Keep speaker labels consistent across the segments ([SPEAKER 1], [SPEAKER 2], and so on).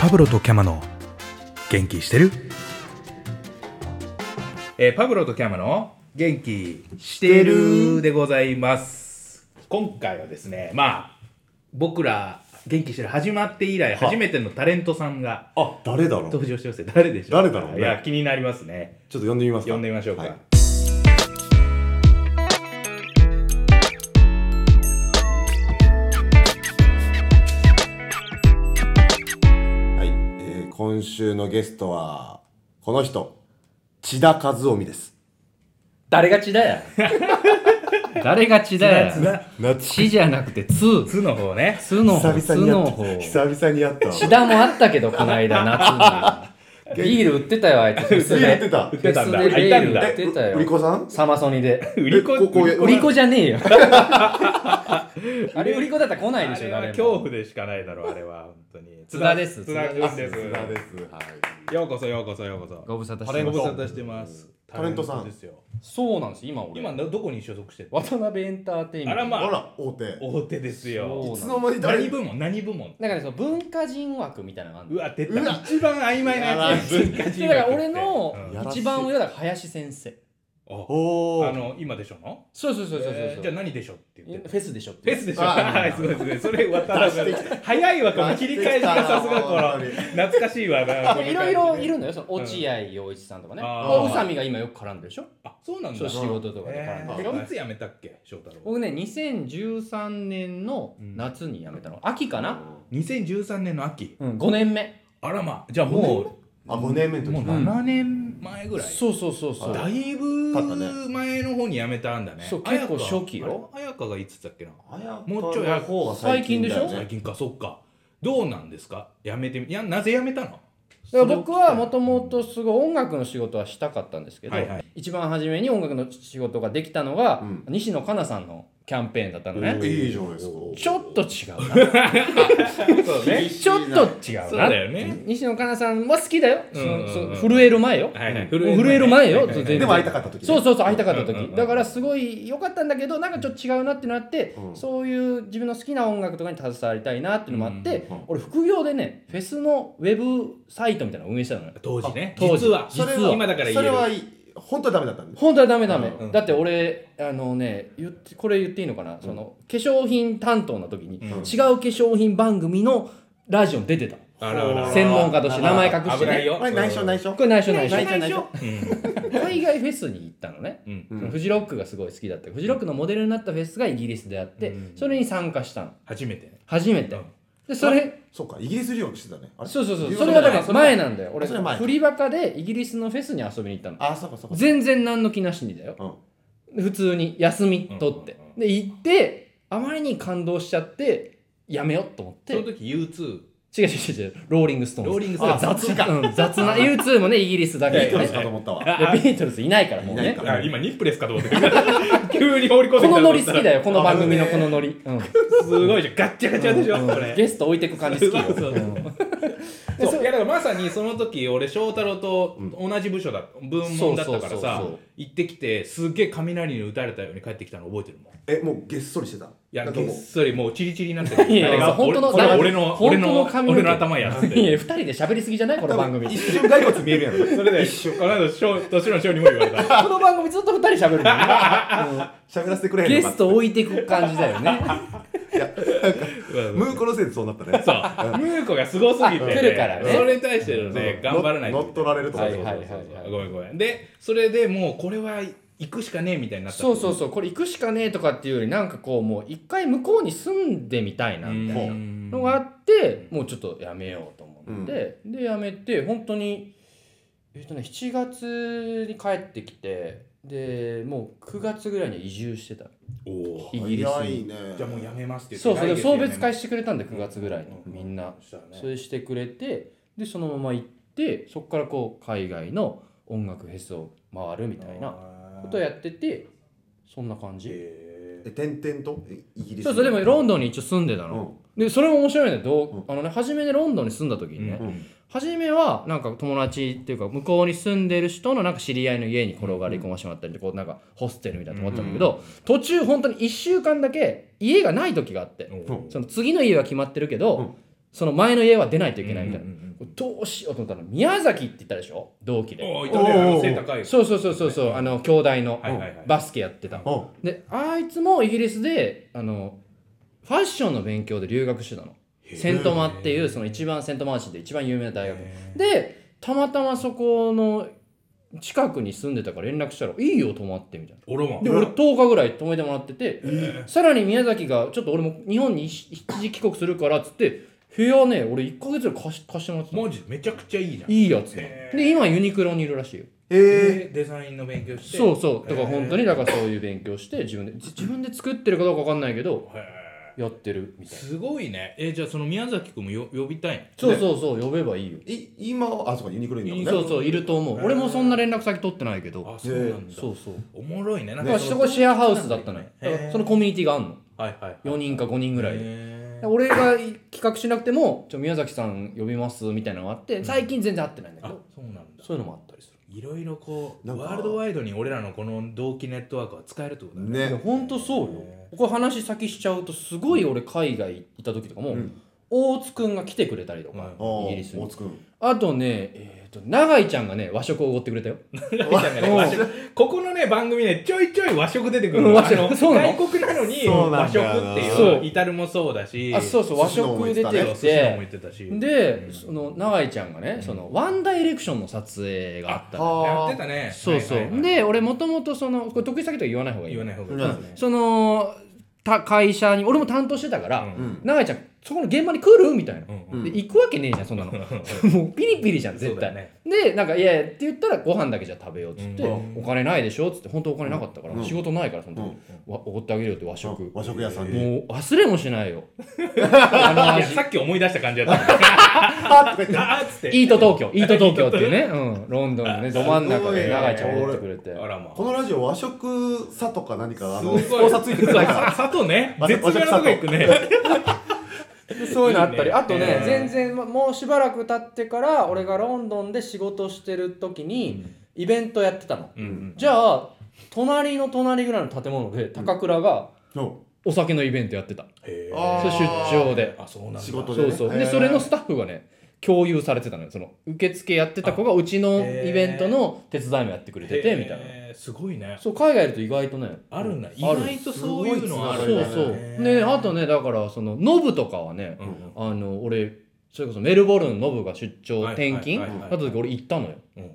[SPEAKER 1] パブロとキャマの元気してる、えーパブロとキャマの元気してるでございます今回はですねまあ僕ら元気してる始まって以来初めてのタレントさんが
[SPEAKER 2] あ、誰だろうちょっ
[SPEAKER 1] 登場してますよ誰でしょうか
[SPEAKER 2] 誰だろうね
[SPEAKER 1] いや気になりますね
[SPEAKER 2] と呼んでみますか
[SPEAKER 1] 呼んでみましょうか、
[SPEAKER 2] はいはいえー今週のゲストはこの人千田和臣です
[SPEAKER 3] 誰がち だや誰がちだ
[SPEAKER 1] つな
[SPEAKER 3] や
[SPEAKER 2] 夏
[SPEAKER 3] ちじゃなくてつ
[SPEAKER 1] つの方ね
[SPEAKER 3] つの方
[SPEAKER 2] 久
[SPEAKER 3] つ
[SPEAKER 2] 々に
[SPEAKER 3] の
[SPEAKER 2] やっ
[SPEAKER 3] 方
[SPEAKER 2] た久々にやったわ
[SPEAKER 3] ちだもあったけどこの間 夏にビール売ってたよあいつフェス
[SPEAKER 2] やって
[SPEAKER 3] で
[SPEAKER 2] た
[SPEAKER 1] 売っ
[SPEAKER 3] フ
[SPEAKER 1] て
[SPEAKER 3] ェ
[SPEAKER 1] た
[SPEAKER 3] ス
[SPEAKER 1] ん
[SPEAKER 3] で
[SPEAKER 1] だ
[SPEAKER 3] レ
[SPEAKER 1] あいた
[SPEAKER 3] ー
[SPEAKER 1] ん
[SPEAKER 3] ル
[SPEAKER 1] だ
[SPEAKER 3] 売ってた
[SPEAKER 2] え売り
[SPEAKER 3] よ
[SPEAKER 2] 子さん
[SPEAKER 3] サマソニで
[SPEAKER 1] 売り子
[SPEAKER 2] ここ
[SPEAKER 3] 売り子じ ゃねえよあれ売り子だったら来ないでしょ
[SPEAKER 1] あれは
[SPEAKER 3] 誰も
[SPEAKER 1] 恐怖でしかないだろうあれは本当に
[SPEAKER 3] 津田です
[SPEAKER 1] 津田君
[SPEAKER 3] 津田
[SPEAKER 1] です
[SPEAKER 2] 津田ですはい
[SPEAKER 1] ようこそようこそようこそ
[SPEAKER 3] ご無沙汰し
[SPEAKER 2] タレ
[SPEAKER 3] て
[SPEAKER 2] ン
[SPEAKER 1] ご無
[SPEAKER 3] ます
[SPEAKER 1] 沙
[SPEAKER 2] ト
[SPEAKER 1] 汰してます
[SPEAKER 2] タレントさん
[SPEAKER 1] ですよ
[SPEAKER 3] そうなんです今俺
[SPEAKER 1] 今どこに所属してる
[SPEAKER 3] 渡辺エンターテインメント
[SPEAKER 1] あらま
[SPEAKER 2] あら大手
[SPEAKER 1] 大手です
[SPEAKER 3] そ
[SPEAKER 1] よ
[SPEAKER 3] う
[SPEAKER 2] いつの間に誰
[SPEAKER 1] 何部門何部門
[SPEAKER 3] だからその文化人枠みたいなのがある
[SPEAKER 1] う
[SPEAKER 3] の
[SPEAKER 1] わ出
[SPEAKER 2] う
[SPEAKER 1] た
[SPEAKER 2] わ
[SPEAKER 1] 一番曖昧なやつ文化人
[SPEAKER 3] だ
[SPEAKER 1] 枠
[SPEAKER 3] から俺の
[SPEAKER 1] って
[SPEAKER 2] やらしい
[SPEAKER 3] 一番上はだから林先生
[SPEAKER 1] うん
[SPEAKER 2] お
[SPEAKER 1] あ
[SPEAKER 2] お
[SPEAKER 1] あの今でしょの
[SPEAKER 3] そうそうそうそうそう
[SPEAKER 1] えーじゃあ何でしょって言
[SPEAKER 3] え
[SPEAKER 1] って
[SPEAKER 3] フ
[SPEAKER 1] フ
[SPEAKER 3] ェスでしょって
[SPEAKER 1] ェスでしょ
[SPEAKER 2] あー
[SPEAKER 1] はいすごいすごいそれ渡辺さん早いわこの切り返しがさすがこの懐かしいわなこの感じね
[SPEAKER 3] いろいろいるのよその落合陽一さんとかね
[SPEAKER 1] あ
[SPEAKER 2] ー
[SPEAKER 3] 宇佐美が今よく絡んでるでしょ
[SPEAKER 1] あそうなんだ
[SPEAKER 3] そう仕事とかで
[SPEAKER 1] え
[SPEAKER 3] 絡んでるでし
[SPEAKER 1] ーい
[SPEAKER 3] ょ
[SPEAKER 1] つ辞めたっけ翔太郎
[SPEAKER 3] 僕ね2013年の夏に辞めたの秋かな、
[SPEAKER 1] 2013年の秋
[SPEAKER 3] うん、5年目
[SPEAKER 1] あらまじゃあも
[SPEAKER 2] あ五年目の
[SPEAKER 1] う
[SPEAKER 2] 時
[SPEAKER 1] もう7年前ぐらい
[SPEAKER 3] そうそうそうそう
[SPEAKER 1] だ
[SPEAKER 3] だい
[SPEAKER 1] いぶ
[SPEAKER 2] 経ったね
[SPEAKER 1] 前の方に辞めたんだね
[SPEAKER 3] そう
[SPEAKER 1] 綾香
[SPEAKER 3] 結構初期よ
[SPEAKER 1] あれ綾香がいつだっけな
[SPEAKER 2] あやっぱ
[SPEAKER 1] もうちょい
[SPEAKER 2] の方がだよね
[SPEAKER 1] 最近かそっかどうなんですか辞めてみいやなぜ辞めたの
[SPEAKER 3] から僕はもともとすごい音楽の仕事はしたかったんですけど、
[SPEAKER 1] はいはい
[SPEAKER 3] 一番初めに音楽の仕事ができたのが、
[SPEAKER 2] うん
[SPEAKER 3] 西野カナさんのキャンペーンだったのね
[SPEAKER 2] いいじゃないですか
[SPEAKER 3] ちょっと違うな
[SPEAKER 1] そう
[SPEAKER 3] ねちょっと違
[SPEAKER 1] そうう
[SPEAKER 3] な
[SPEAKER 1] だよね
[SPEAKER 3] 西野カナさんは好きだよ、そ
[SPEAKER 1] うんうんうん
[SPEAKER 3] そ震える前よ、
[SPEAKER 1] はいはい
[SPEAKER 3] 震える前よ
[SPEAKER 1] はいはいはい
[SPEAKER 3] 全然
[SPEAKER 2] でも会いたかった時ね
[SPEAKER 3] そうそうそう会いたかった
[SPEAKER 1] うん
[SPEAKER 3] 時、
[SPEAKER 1] うんうん
[SPEAKER 3] だからすごい良かったんだけどなんかちょっと違うなってなって、
[SPEAKER 2] うん
[SPEAKER 3] そういう自分の好きな音楽とかに携わりたいなっていうのもあって、
[SPEAKER 2] うんうん
[SPEAKER 3] 俺副業でねフェスのウェブサイトみたいなのを運営してたのよ
[SPEAKER 1] 当時ね
[SPEAKER 3] あ当時
[SPEAKER 1] 実は
[SPEAKER 2] それ
[SPEAKER 1] 実
[SPEAKER 2] は
[SPEAKER 1] 今だから言える
[SPEAKER 2] それはいい本当はダメだったんで
[SPEAKER 3] 本当はダメダメ、
[SPEAKER 2] うん
[SPEAKER 1] うん
[SPEAKER 3] だって俺あのね言ってこれ言っていいのかな、その化粧品担当の時に、
[SPEAKER 1] うん
[SPEAKER 3] 違う化粧品番組のラジオに出てた
[SPEAKER 1] あらあらあら
[SPEAKER 3] 専門家として名前隠して
[SPEAKER 1] 危ない
[SPEAKER 3] ね
[SPEAKER 1] よ
[SPEAKER 2] これ内緒内緒
[SPEAKER 3] これ内緒内緒
[SPEAKER 2] 内緒内緒
[SPEAKER 1] うん
[SPEAKER 3] 海外フェスに行ったのね
[SPEAKER 1] うん
[SPEAKER 2] うん
[SPEAKER 3] フジロックがすごい好きだったフジロックのモデルになったフェスがイギリスであって、
[SPEAKER 1] うん
[SPEAKER 3] それに参加したの
[SPEAKER 1] 初めてね
[SPEAKER 3] 初めて、
[SPEAKER 1] うん
[SPEAKER 3] でそれ
[SPEAKER 2] そうかイギリス留学してたねあれ
[SPEAKER 3] そうそうそう
[SPEAKER 2] 留
[SPEAKER 3] そ
[SPEAKER 2] 学
[SPEAKER 3] れがだか
[SPEAKER 2] じゃ
[SPEAKER 3] ら
[SPEAKER 2] ない
[SPEAKER 3] 前なんだよ俺
[SPEAKER 2] それは前
[SPEAKER 3] 振りバカでイギリスのフェスに遊びに行ったの
[SPEAKER 2] あそうかそうか
[SPEAKER 3] 全然何の気なしにだよ
[SPEAKER 2] うん
[SPEAKER 3] 普通に休み取って、
[SPEAKER 1] うんうんう
[SPEAKER 3] で行ってあまりに感動しちゃってやめようと思って
[SPEAKER 1] その時 U2
[SPEAKER 3] 違う違う違う違うローリングストーンズ
[SPEAKER 1] ローリングストー
[SPEAKER 3] あ
[SPEAKER 1] ンズ
[SPEAKER 3] 雑か、うん、雑な U2 もねイギリスだけ
[SPEAKER 2] ビートル
[SPEAKER 3] だよね
[SPEAKER 2] ズかと思ったわ
[SPEAKER 3] でビートルズいないからもう
[SPEAKER 2] いない
[SPEAKER 3] ね
[SPEAKER 2] か
[SPEAKER 1] あ今ニップレスかと思って 急に放り込んで
[SPEAKER 3] こ
[SPEAKER 1] きた
[SPEAKER 3] の
[SPEAKER 1] と
[SPEAKER 3] ノ
[SPEAKER 1] 思
[SPEAKER 3] リ
[SPEAKER 1] った
[SPEAKER 3] 好
[SPEAKER 1] ら
[SPEAKER 3] きだよこの番組のこのノリ、うん
[SPEAKER 1] すごいじゃんガッチャガチャでしょこれ
[SPEAKER 3] ゲスト置いてく感じ好きよ
[SPEAKER 1] そうそうそういやだからまさにその時俺翔太郎と同じ部署だ文門だったから
[SPEAKER 3] そうそう
[SPEAKER 1] さ
[SPEAKER 3] そうそう
[SPEAKER 1] 行ってきてすっげえ雷に打たれたように帰ってきたの覚えてるもんい
[SPEAKER 2] えもうげっそりしてたい
[SPEAKER 1] や
[SPEAKER 2] も
[SPEAKER 1] げっ
[SPEAKER 2] う
[SPEAKER 1] そりもうチリチリになってる
[SPEAKER 3] いやいや
[SPEAKER 1] あれが
[SPEAKER 3] 本当の
[SPEAKER 1] 俺これは俺
[SPEAKER 3] だ
[SPEAKER 1] の
[SPEAKER 3] から
[SPEAKER 1] 俺の
[SPEAKER 3] 本当の髪の毛
[SPEAKER 1] 俺の頭やっつっ
[SPEAKER 3] いや
[SPEAKER 1] て
[SPEAKER 3] 二人で喋りすぎじゃないこの番組
[SPEAKER 2] 一
[SPEAKER 3] こ
[SPEAKER 2] 瞬骸骨見えるやろ
[SPEAKER 1] それでこの後翔年の翔にも言われた
[SPEAKER 3] の番組ずっと二人喋 るのね
[SPEAKER 2] 喋らせてく
[SPEAKER 3] うん
[SPEAKER 2] れへ
[SPEAKER 3] ゲ
[SPEAKER 2] んの
[SPEAKER 3] ス
[SPEAKER 2] か
[SPEAKER 3] ト置いてく感じだよ ね
[SPEAKER 2] ムーコのせいでそうなったね
[SPEAKER 1] そうムーコがすごすぎてね
[SPEAKER 3] 来るからね
[SPEAKER 1] それに対してのね
[SPEAKER 2] うん
[SPEAKER 1] 頑張らない
[SPEAKER 2] 乗っ取られると
[SPEAKER 1] そ
[SPEAKER 2] 思
[SPEAKER 1] うそ
[SPEAKER 2] う
[SPEAKER 1] うそうそ
[SPEAKER 3] はいはいはいう
[SPEAKER 1] ご
[SPEAKER 3] はい
[SPEAKER 1] めんごめんでそれでもうこれは行くしかねえみたいになった
[SPEAKER 3] そうそうそうこれ行くしかねえとかっていうよりなんかこうもう一回向こうに住んでみたいなみたいなのがあってもうちょっとやめようと思って、でやめて本当にえっとね7月に帰ってきてでもう9月ぐらいには移住してた
[SPEAKER 1] おお
[SPEAKER 3] イギリス
[SPEAKER 2] 早
[SPEAKER 3] に
[SPEAKER 2] いね
[SPEAKER 1] じゃあもうやめますって
[SPEAKER 3] そうそうで送別会
[SPEAKER 1] 社
[SPEAKER 3] してくれたんで9月ぐらいにみんなそれしてくれてでそのまま行ってそこからこう海外の音楽フェスを回るみたいな
[SPEAKER 1] な
[SPEAKER 3] ことをやっててそんな感じ
[SPEAKER 2] え点々とえイギリス
[SPEAKER 3] そうそうでもロンドンに一応住んでた
[SPEAKER 2] う
[SPEAKER 3] の
[SPEAKER 2] ん
[SPEAKER 3] でそれも面白いねどう
[SPEAKER 2] うん
[SPEAKER 3] あのね初めでロンドンに住んだ時にね
[SPEAKER 2] うん
[SPEAKER 3] 初めはなんか友達っていうか向こうに住んでる人のなんか知り合いの家に転がり込ましてもらったりでこうなんかホステルみたいなと思ってたんだけど途中本当に1週間だけ家がない時があってその次の家は決まってるけど、
[SPEAKER 2] うん
[SPEAKER 3] その前の家は出ないといけないみたいな、
[SPEAKER 1] うんうんうん
[SPEAKER 3] どうしようと思ったら宮崎って言ったでしょ同期で
[SPEAKER 1] おーいたねあ
[SPEAKER 2] おー
[SPEAKER 1] の背高い
[SPEAKER 3] そうそうそうそうそうあの兄弟の
[SPEAKER 1] はいはいはい
[SPEAKER 3] バスケやってた、
[SPEAKER 2] お
[SPEAKER 3] であいつもイギリスであのファッションの勉強で留学してたのセントマっていうその一番セントマーチンで一番有名な大学でたまたまそこの近くに住んでたから連絡したら「いいよ泊まって」みたいな
[SPEAKER 1] 俺も
[SPEAKER 3] で俺10日ぐらい泊めてもらってて、さらに宮崎がちょっと俺も日本に一一時帰国するからっつって部屋ね俺1ヶ月ぐらい貸し貸してもらってたの
[SPEAKER 1] マジめちゃくちゃいいじゃん
[SPEAKER 3] いいやつなの
[SPEAKER 1] へ
[SPEAKER 3] で今ユニクロにいるらしいよ
[SPEAKER 2] ええ
[SPEAKER 1] でデザインの勉強して
[SPEAKER 3] そうそうだから本当
[SPEAKER 1] に
[SPEAKER 3] にだからそういう勉強して自分でじ自分で作ってるかどうかわかんないけどやってるみたいな
[SPEAKER 1] すごいねえじゃあその宮崎君もよ呼びたいの
[SPEAKER 3] そうそうそう呼べばいいよ
[SPEAKER 2] い今はあそうかユニクロにいるの
[SPEAKER 3] そ
[SPEAKER 2] ね
[SPEAKER 3] うそういると思う俺もそんな連絡先取ってないけど
[SPEAKER 1] あそうなんだ
[SPEAKER 3] そうそう
[SPEAKER 1] おもろいねな
[SPEAKER 3] だ
[SPEAKER 1] ん
[SPEAKER 3] から
[SPEAKER 1] か
[SPEAKER 3] そこシェアハウスだったのよ
[SPEAKER 1] へー
[SPEAKER 3] だからそのコミュニティがあんの
[SPEAKER 1] はいはい
[SPEAKER 3] 4人か5人ぐらいで
[SPEAKER 1] へー
[SPEAKER 3] 俺が企画しなくてもちょ宮崎さん呼びますみたいなのがあって最近全然会ってないんだけ
[SPEAKER 1] あ
[SPEAKER 3] ど
[SPEAKER 1] そうなんだ
[SPEAKER 3] そういうのもあったりす
[SPEAKER 1] いろいろこう
[SPEAKER 2] なんか
[SPEAKER 1] ワールドワイドに俺らのこの同期ネットワークは使えるってことだね
[SPEAKER 3] るいや
[SPEAKER 2] ね
[SPEAKER 3] ほんとそうよこれ話先しちゃうとすごい俺海外行った時とかも大津くんが来てくれたりとか
[SPEAKER 2] お
[SPEAKER 3] イ
[SPEAKER 2] ー
[SPEAKER 3] ギリス
[SPEAKER 2] 大
[SPEAKER 3] に
[SPEAKER 2] 津君
[SPEAKER 3] あとねえっと永井ちゃんがね和食をおごってくれたよ
[SPEAKER 1] みたいなね
[SPEAKER 3] うん
[SPEAKER 1] 和食ここのね番組ねちょいちょい和食出てくる
[SPEAKER 3] うん
[SPEAKER 1] の
[SPEAKER 3] 和食
[SPEAKER 1] あの
[SPEAKER 3] そうなの
[SPEAKER 1] 外国なのに
[SPEAKER 2] そ
[SPEAKER 1] 和
[SPEAKER 2] うなん
[SPEAKER 1] 食
[SPEAKER 2] だよな
[SPEAKER 1] って
[SPEAKER 3] そ
[SPEAKER 1] いう
[SPEAKER 3] う
[SPEAKER 1] イタルもそうだし
[SPEAKER 3] あそうそう和食出て
[SPEAKER 2] 寿司
[SPEAKER 1] そう
[SPEAKER 3] き
[SPEAKER 1] 寿司のも
[SPEAKER 3] て
[SPEAKER 1] 言ってたし
[SPEAKER 3] でその永井ちゃんがねそのワンダイレクションの撮影があったの
[SPEAKER 1] や
[SPEAKER 2] あ
[SPEAKER 1] ってたね
[SPEAKER 3] そうそう、
[SPEAKER 1] はいはいはい
[SPEAKER 3] で俺もともとそのこれ得意先とか言わない方がいい
[SPEAKER 1] 言わない方がいい
[SPEAKER 2] うん
[SPEAKER 1] ね
[SPEAKER 3] そのた会社に俺も担当してたから、
[SPEAKER 1] うん
[SPEAKER 3] 永井ちゃんそこの現場に来るみたいな、
[SPEAKER 1] うん
[SPEAKER 2] うん
[SPEAKER 3] で行くわけねえじゃんそんなのもうピリピリじゃん絶
[SPEAKER 1] そうだよ
[SPEAKER 3] 対、
[SPEAKER 1] ね
[SPEAKER 3] でなんか「いやいや」って言ったら「ご飯だけじゃ食べよう」っつって、
[SPEAKER 1] うん
[SPEAKER 3] お金ないでしょ」っつって本当お金なかったから、
[SPEAKER 2] うん
[SPEAKER 3] 仕事ないからその時、わおごってあげるよって和食、
[SPEAKER 2] 和食屋さんに
[SPEAKER 3] もう忘れもしないよあの
[SPEAKER 1] いや
[SPEAKER 3] 味
[SPEAKER 1] さっき思い出した感じだった
[SPEAKER 2] あとか言って
[SPEAKER 1] あーっつって
[SPEAKER 3] イート 東京イート東京っていうね、うん、ロンドンのねど真ん中で永井ちゃんおごってくれて
[SPEAKER 1] あらまあ
[SPEAKER 2] このラジオ和食さとか何かあ
[SPEAKER 1] す
[SPEAKER 2] の
[SPEAKER 1] ごい
[SPEAKER 2] スポンサーついてくるないか
[SPEAKER 1] さ砂糖ね
[SPEAKER 2] 和
[SPEAKER 1] 絶
[SPEAKER 2] 食
[SPEAKER 1] 妙なとこ行くね
[SPEAKER 3] そういうのあった
[SPEAKER 1] い
[SPEAKER 3] り
[SPEAKER 1] いね
[SPEAKER 3] あとね、
[SPEAKER 1] うん
[SPEAKER 3] 全然まもうしばらく経ってから俺がロンドンで仕事してる時にイベントやってたの、
[SPEAKER 1] うんうん
[SPEAKER 3] じゃあ隣の隣ぐらいの建物で高倉が
[SPEAKER 2] そ
[SPEAKER 3] お酒のイベントやってた、
[SPEAKER 1] へー
[SPEAKER 2] あ
[SPEAKER 3] それ出張で
[SPEAKER 1] あそうなんだ
[SPEAKER 2] 仕事
[SPEAKER 3] そ
[SPEAKER 2] で
[SPEAKER 3] う
[SPEAKER 2] ね
[SPEAKER 3] そう
[SPEAKER 2] へ
[SPEAKER 3] で
[SPEAKER 2] ー
[SPEAKER 3] それのスタッフがね共有されてたのよその受付やってた子がうちのイベントの手伝いもやってくれててみたいな
[SPEAKER 1] なすごいね
[SPEAKER 3] そう海外いると意外とね
[SPEAKER 1] あるんだ意
[SPEAKER 3] ある
[SPEAKER 1] 外とそういうのあ
[SPEAKER 3] そ
[SPEAKER 1] る
[SPEAKER 2] す
[SPEAKER 1] ね
[SPEAKER 2] ごいつながりだね
[SPEAKER 3] うそう
[SPEAKER 1] へー
[SPEAKER 3] ねあとねだからそのノブとかはね、
[SPEAKER 1] うん
[SPEAKER 3] あの俺それこそメルボルンのノブが出張
[SPEAKER 1] はい
[SPEAKER 3] 転勤
[SPEAKER 1] は
[SPEAKER 3] だ
[SPEAKER 1] いはいはい
[SPEAKER 3] った時俺行ったのよ、
[SPEAKER 1] うん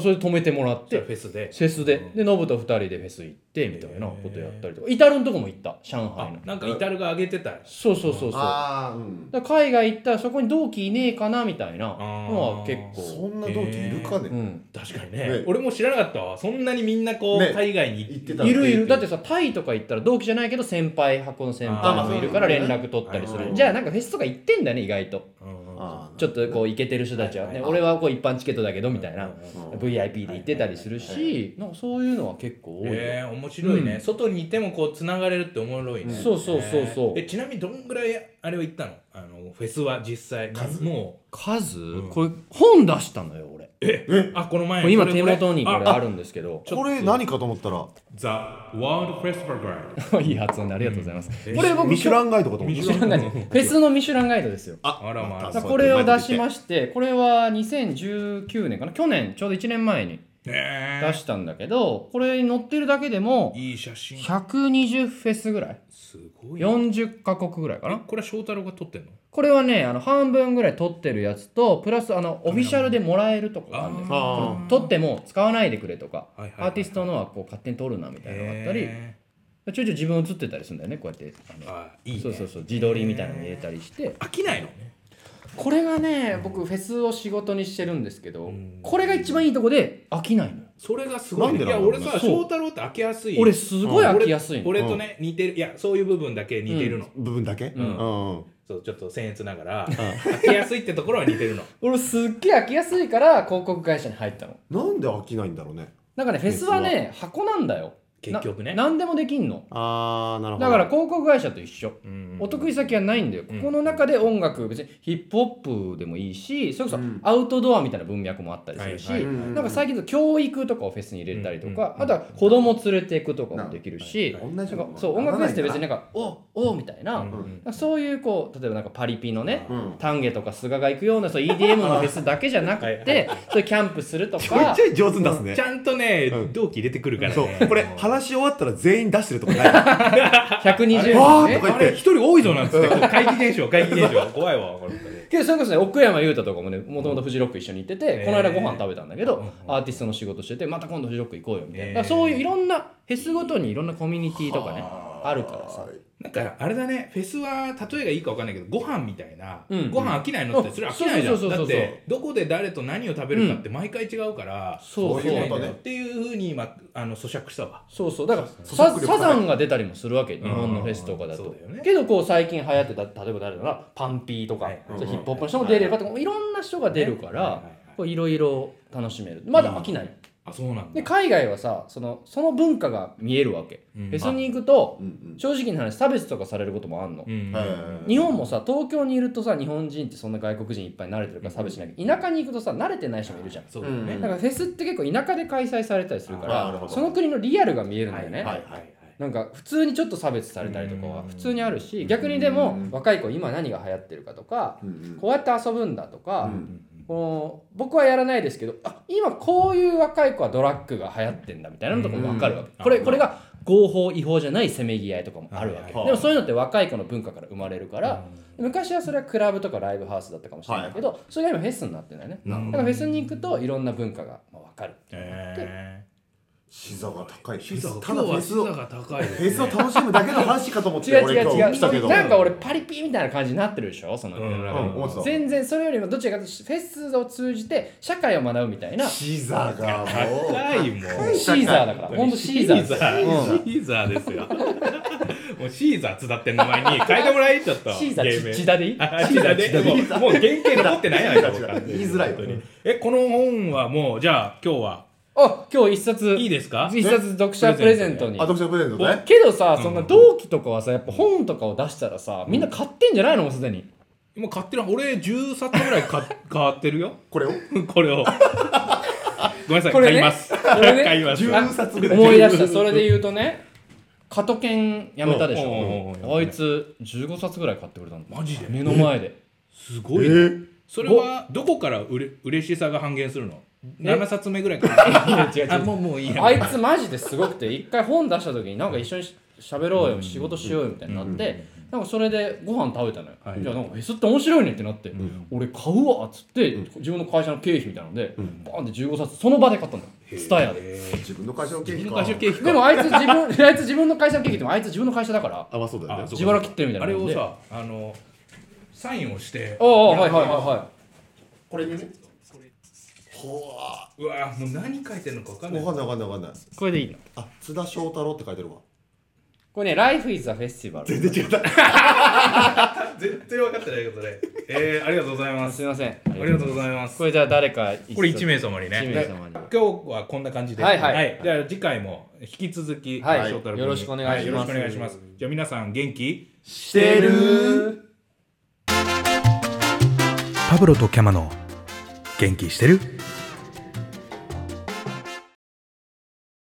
[SPEAKER 3] それで止めてもらっ
[SPEAKER 1] じゃあ
[SPEAKER 3] て
[SPEAKER 1] フェスで
[SPEAKER 3] フェスで、
[SPEAKER 1] うん
[SPEAKER 3] でノブと2人でフェス行ってみたいなことやったりとかイタルのとこも行った上海
[SPEAKER 1] あ
[SPEAKER 3] の
[SPEAKER 1] なんかイタルが上げてたよ
[SPEAKER 3] そうそうそうそう
[SPEAKER 2] う
[SPEAKER 3] だか
[SPEAKER 2] ああうん
[SPEAKER 3] ら海外行ったらそこに同期いねえかなみたいなのは結
[SPEAKER 2] そ
[SPEAKER 3] 構
[SPEAKER 2] んな同期いるか
[SPEAKER 3] う
[SPEAKER 2] ね
[SPEAKER 3] ん
[SPEAKER 1] 確かにね
[SPEAKER 2] ね
[SPEAKER 1] 俺も知らなかったわそんなにみんなこう、
[SPEAKER 2] ね
[SPEAKER 1] 海外に
[SPEAKER 2] 行ってた
[SPEAKER 3] いるいるだってさタイとか行ったら同期じゃないけど先輩箱の先輩もいるから
[SPEAKER 2] あー
[SPEAKER 3] 連絡取ったりす
[SPEAKER 2] はい
[SPEAKER 3] る
[SPEAKER 2] はい
[SPEAKER 3] じゃあなんかフェスとか行ってんだね意外と
[SPEAKER 1] うんうん
[SPEAKER 2] あー
[SPEAKER 3] ちょっとこうイケてる人たちは
[SPEAKER 1] はい
[SPEAKER 3] ね
[SPEAKER 1] はい
[SPEAKER 3] 俺はこう一般チケットだけどみたいな
[SPEAKER 1] うんうん
[SPEAKER 2] うん
[SPEAKER 3] VIP で行ってたりする
[SPEAKER 1] はいはい
[SPEAKER 3] しなんかそういうのは結構多いよ、
[SPEAKER 1] えー、面白いね、外にいてもこうつながれるっておもろいね、
[SPEAKER 3] うんそうそうそうそう
[SPEAKER 1] えーえちなみにどんぐらいあれは行ったのあのフェスは実際も
[SPEAKER 3] 数、
[SPEAKER 1] ん
[SPEAKER 3] これ本出したのよ俺
[SPEAKER 1] うあこの前
[SPEAKER 3] これ今
[SPEAKER 1] こ
[SPEAKER 3] 手
[SPEAKER 1] れこれ
[SPEAKER 3] 元にこれ
[SPEAKER 1] あ
[SPEAKER 3] あるんですけど
[SPEAKER 2] これ何かと思ったら
[SPEAKER 1] ザ・ワールド・フェスティバル・ガイ
[SPEAKER 3] いい発音でありがとうございます、
[SPEAKER 1] うん
[SPEAKER 3] これ僕
[SPEAKER 2] ミシュランガイドかと思っ
[SPEAKER 1] ミ
[SPEAKER 2] た
[SPEAKER 1] シ
[SPEAKER 3] ミシュランガイドフェスのミシュランガイドですよ
[SPEAKER 1] ドあら まあら
[SPEAKER 2] そ
[SPEAKER 1] ま
[SPEAKER 2] う
[SPEAKER 3] これを出しましてこれは2019年かな去年ちょうど1年前に
[SPEAKER 1] え
[SPEAKER 3] 出したんだけどこれに載ってるだけでも
[SPEAKER 1] ー、いい写真
[SPEAKER 3] 120フェスぐらい
[SPEAKER 1] すごいな
[SPEAKER 3] 40カ国ぐらいかな
[SPEAKER 1] えこれは翔太郎が撮ってんの
[SPEAKER 3] これはねあの半分ぐらい取ってるやつとプラスあのオフィシャルでもらえるとかがあるんですよ
[SPEAKER 2] あ
[SPEAKER 3] 取っても使わないでくれとか、
[SPEAKER 1] はいはいはい
[SPEAKER 3] アーティストのはこう勝手に取るなみたいなのがあったり
[SPEAKER 1] へ
[SPEAKER 3] ちょいちょい自分映ってたりするんだよねこうやってあ
[SPEAKER 1] ー
[SPEAKER 3] の
[SPEAKER 1] あいいね
[SPEAKER 3] そうそうそう自撮りみたいなの入れたりして
[SPEAKER 1] 飽きないの
[SPEAKER 3] これがね僕フェスを仕事にしてるんですけど
[SPEAKER 1] ん
[SPEAKER 3] これが一番いいとこで飽きないのよ
[SPEAKER 1] それがすごいね
[SPEAKER 2] なんで
[SPEAKER 1] い
[SPEAKER 2] な
[SPEAKER 1] や
[SPEAKER 2] ん
[SPEAKER 1] 俺
[SPEAKER 2] だろうね
[SPEAKER 1] さ
[SPEAKER 3] そう
[SPEAKER 1] 翔太郎って飽きやすい
[SPEAKER 3] 俺すごい飽きやすいの
[SPEAKER 1] 俺とね似てるいやそういう部分だけ似てるの、
[SPEAKER 2] 部分だけうんん
[SPEAKER 1] そうちょっと僭越ながら飽きやすいってところは似て るの
[SPEAKER 3] 俺すっげえ飽きやすいから広告会社に入ったの
[SPEAKER 2] なんで飽きないんだろうね
[SPEAKER 3] なんかねフェスはね箱なんだよ
[SPEAKER 1] 結局ね
[SPEAKER 3] な何でもできんの
[SPEAKER 2] あーなるほど
[SPEAKER 3] だから広告会社と一緒
[SPEAKER 1] うん
[SPEAKER 3] お得意先はないんだよ、
[SPEAKER 1] うん
[SPEAKER 3] ここの中で音楽別にヒップホップでもいいしそれこそアウトドアみたいな文脈もあったりするし、
[SPEAKER 1] はいはい
[SPEAKER 2] うん
[SPEAKER 3] なんか最近だと教育とかをフェスに入れたりとか、
[SPEAKER 1] うん
[SPEAKER 3] あとは子供連れていくとかもできるし、
[SPEAKER 1] な
[SPEAKER 2] 同じ
[SPEAKER 3] なんかそう音楽フェスって別になんか「おおみたいな、
[SPEAKER 1] うん
[SPEAKER 3] なんかそういうこう例えばなんかパリピのね
[SPEAKER 2] うん
[SPEAKER 3] 丹下とか菅が行くようなそう EDM のフェスだけじゃなくてそういうキャンプすると
[SPEAKER 4] めっ
[SPEAKER 3] か
[SPEAKER 4] ちゃ上手に出すね
[SPEAKER 1] ち。ゃんとね、
[SPEAKER 4] うん
[SPEAKER 1] 同期入れてくるからね
[SPEAKER 4] そう、これ話し終わったら全員出してるとかない。あ
[SPEAKER 3] 120
[SPEAKER 4] れわ
[SPEAKER 3] 人
[SPEAKER 4] ーとか
[SPEAKER 3] ね
[SPEAKER 4] 言って
[SPEAKER 1] 一。人多いぞなんつって怪奇現象怪奇現象怖いわこれ
[SPEAKER 3] けどそれこそね奥山裕太とかもねもともとフジロック一緒に行ってて、
[SPEAKER 1] うん
[SPEAKER 3] この間ご飯食べたんだけど、
[SPEAKER 1] うん
[SPEAKER 3] アーティストの仕事しててまた今度フジロック行こうよみたいな、
[SPEAKER 1] えー
[SPEAKER 3] だからそういういろんなフェスごとにいろんなコミュニティ とかねあるからさ
[SPEAKER 1] なんかあれだねフェスは例えがいいかわかんないけどご飯みたいな、
[SPEAKER 3] うん
[SPEAKER 1] ご飯飽きないのってそれ飽きないじゃ
[SPEAKER 3] そうそ
[SPEAKER 1] ん
[SPEAKER 3] うそう
[SPEAKER 1] だ
[SPEAKER 3] そ
[SPEAKER 1] っ
[SPEAKER 3] うそう
[SPEAKER 1] てどこで誰と何を食べるかって毎回違うから、
[SPEAKER 3] そう
[SPEAKER 2] そういうことね
[SPEAKER 1] っていうふうに今あの咀嚼したわ
[SPEAKER 3] そうそうだから
[SPEAKER 2] そう
[SPEAKER 3] サ
[SPEAKER 2] そう
[SPEAKER 3] サザンが出たりもするわけ日
[SPEAKER 1] ん
[SPEAKER 3] 本のフェスとかだ
[SPEAKER 1] そ
[SPEAKER 3] と
[SPEAKER 1] うだよね
[SPEAKER 3] けどこう最近流行ってた例えば誰だろうなパンピーとか、
[SPEAKER 1] はい
[SPEAKER 3] そうヒップホップの人も出ればとかいろんな人が出るか
[SPEAKER 1] はいはい
[SPEAKER 3] ら
[SPEAKER 1] はい
[SPEAKER 3] こういろいろ楽しめるまだ飽きない
[SPEAKER 1] あそうなんだ
[SPEAKER 3] で海外はさそのその文化が見えるわけ、
[SPEAKER 1] うん
[SPEAKER 3] フェスに行くと
[SPEAKER 2] うんうん
[SPEAKER 3] 正直な話差別とかされることもあんの、
[SPEAKER 1] うん
[SPEAKER 2] はいはいはい
[SPEAKER 3] 日本もさ東京にいるとさ日本人ってそんな外国人いっぱい慣れてるから差別しないけど田舎に行くとさ慣れてない人もいるじゃん
[SPEAKER 1] そうだよね、
[SPEAKER 2] うん
[SPEAKER 3] だからフェスって結構田舎で開催されたりするか
[SPEAKER 2] あなるほど
[SPEAKER 3] らその国のリアルが見えるんだよね、
[SPEAKER 1] はいはい
[SPEAKER 3] なんか普通にちょっと差別されたりとかは
[SPEAKER 1] うん
[SPEAKER 3] 普通にあるし逆にでも
[SPEAKER 2] うん
[SPEAKER 3] 若い子今何が流行ってるかとか
[SPEAKER 2] うんうん
[SPEAKER 3] こうやって遊ぶんだとか
[SPEAKER 2] うん
[SPEAKER 3] こう僕はやらないですけどあ今こういう若い子はドラッグが流行ってんだみたいなのとかも分かるわけ
[SPEAKER 1] うん
[SPEAKER 3] これこれが合法違法じゃないせめぎ合いとかもあるわけ
[SPEAKER 4] はい
[SPEAKER 3] でもそういうのって若い子の文化から生まれるから昔はそれはクラブとかライブハウスだったかもしれないけどそれが今フェスになってないねだ
[SPEAKER 1] なるほど
[SPEAKER 3] からフェスに行くといろんな文化がまあ分かる
[SPEAKER 1] え
[SPEAKER 2] 視座が高い
[SPEAKER 1] ー、ピザが
[SPEAKER 2] た
[SPEAKER 1] 今日
[SPEAKER 2] だフ
[SPEAKER 1] は
[SPEAKER 2] ェ
[SPEAKER 1] ピ
[SPEAKER 2] スを
[SPEAKER 1] ザ
[SPEAKER 2] フ
[SPEAKER 1] が高いですね
[SPEAKER 2] ェスを楽しむだけの話かと思っ
[SPEAKER 3] 違
[SPEAKER 2] て
[SPEAKER 3] う違う
[SPEAKER 2] 俺今日来た
[SPEAKER 3] 違
[SPEAKER 2] け
[SPEAKER 3] う
[SPEAKER 2] ど
[SPEAKER 3] なんか俺パリピみたいな感じになってるでしょその
[SPEAKER 1] うんうん
[SPEAKER 2] うん思ってた
[SPEAKER 3] 全然それよりもどちらかというとフェスを通じて社会を学ぶみたいなシ
[SPEAKER 2] シザーがもう
[SPEAKER 1] 高いもん
[SPEAKER 3] ーザーだからほんとシーザー
[SPEAKER 1] シ
[SPEAKER 3] です
[SPEAKER 1] ーシーザーです よ。もうシーザー津田って名前に変えてもらえちゃった。
[SPEAKER 3] シーザ
[SPEAKER 1] 芸名
[SPEAKER 3] ーち千田でいい
[SPEAKER 1] あ、シーザーで。もうもう原型残ってないやないか
[SPEAKER 2] シーザー
[SPEAKER 1] 僕は
[SPEAKER 2] 言いづらいよ
[SPEAKER 1] 本当にえ、この本はもう、じゃあ今日は
[SPEAKER 3] あ今日一冊
[SPEAKER 1] いいですか
[SPEAKER 3] 一冊読者プレゼントに
[SPEAKER 2] あ読者プレゼントね
[SPEAKER 3] けどさそんな同期とかはさやっぱ本とかを出したらさみんな買ってんじゃないのもうすでに
[SPEAKER 1] もう買ってる、俺10冊ぐらい買買ってるよ。
[SPEAKER 2] これを
[SPEAKER 1] これを。ごめんなさい、
[SPEAKER 3] これ
[SPEAKER 1] 買
[SPEAKER 3] ね
[SPEAKER 1] います。
[SPEAKER 3] これね
[SPEAKER 1] 買います。
[SPEAKER 2] 10冊ぐらい
[SPEAKER 3] 思い出したそれで言うとね加トケンやめたでしょ
[SPEAKER 1] うんうん
[SPEAKER 3] あいつ15冊ぐらい買ってくれたの
[SPEAKER 1] マジで
[SPEAKER 3] 目の前です
[SPEAKER 1] ごいね。それはどこからうれ嬉しさが半減するの ?7 冊目ぐらい から。
[SPEAKER 3] 違う違う
[SPEAKER 1] あ、もうもういいや。
[SPEAKER 3] あいつマジですごくて一回本出した時になんか一緒にし喋ろうよ仕事しようよみたいになってなんかそれでご飯食べたのよ、
[SPEAKER 1] はい
[SPEAKER 3] じゃあなんかフェスって面白いねってなって、俺買うわっつって、自分の会社の経費みたいなので、バーンって15冊その場で買ったんだよスタヤで
[SPEAKER 2] 自分の会社の経費
[SPEAKER 1] 自
[SPEAKER 2] か
[SPEAKER 1] 分の会社経費か
[SPEAKER 3] でもあいつ自分 あいつ自分の会社の経費でもあいつ自分の会社だから
[SPEAKER 4] あ、まあそうだよ
[SPEAKER 1] あ
[SPEAKER 4] ね。
[SPEAKER 1] そう
[SPEAKER 3] 自腹切ってるみたい
[SPEAKER 1] あ
[SPEAKER 3] な
[SPEAKER 1] れ
[SPEAKER 3] もん
[SPEAKER 1] を
[SPEAKER 3] で
[SPEAKER 1] さ、あの、サインをして。
[SPEAKER 3] ああはいはいはいは
[SPEAKER 2] これにねほわ
[SPEAKER 1] うわもう何書いてるのか分かんない。
[SPEAKER 2] わかんないわかんないわかんない
[SPEAKER 3] いこれでいいの
[SPEAKER 2] あ津田翔太郎って書いてるわ
[SPEAKER 3] これね「Life is a Festival」
[SPEAKER 2] 全然違った
[SPEAKER 1] 全然分かってないけど ね。えー、ありがとうございますす。
[SPEAKER 3] いません
[SPEAKER 1] ありがとうございます。
[SPEAKER 3] これじゃあ誰か
[SPEAKER 1] これ1名様にね。
[SPEAKER 3] 一名様に
[SPEAKER 1] で今日はこんな感じで。
[SPEAKER 3] はいはい
[SPEAKER 1] じゃあ次回も引き続き、
[SPEAKER 3] はい
[SPEAKER 1] 翔太郎君に
[SPEAKER 3] よろしくお願いします
[SPEAKER 1] はよろくお願いします。じゃあ皆さん元気
[SPEAKER 2] してる
[SPEAKER 1] パブロとキャマの元気してる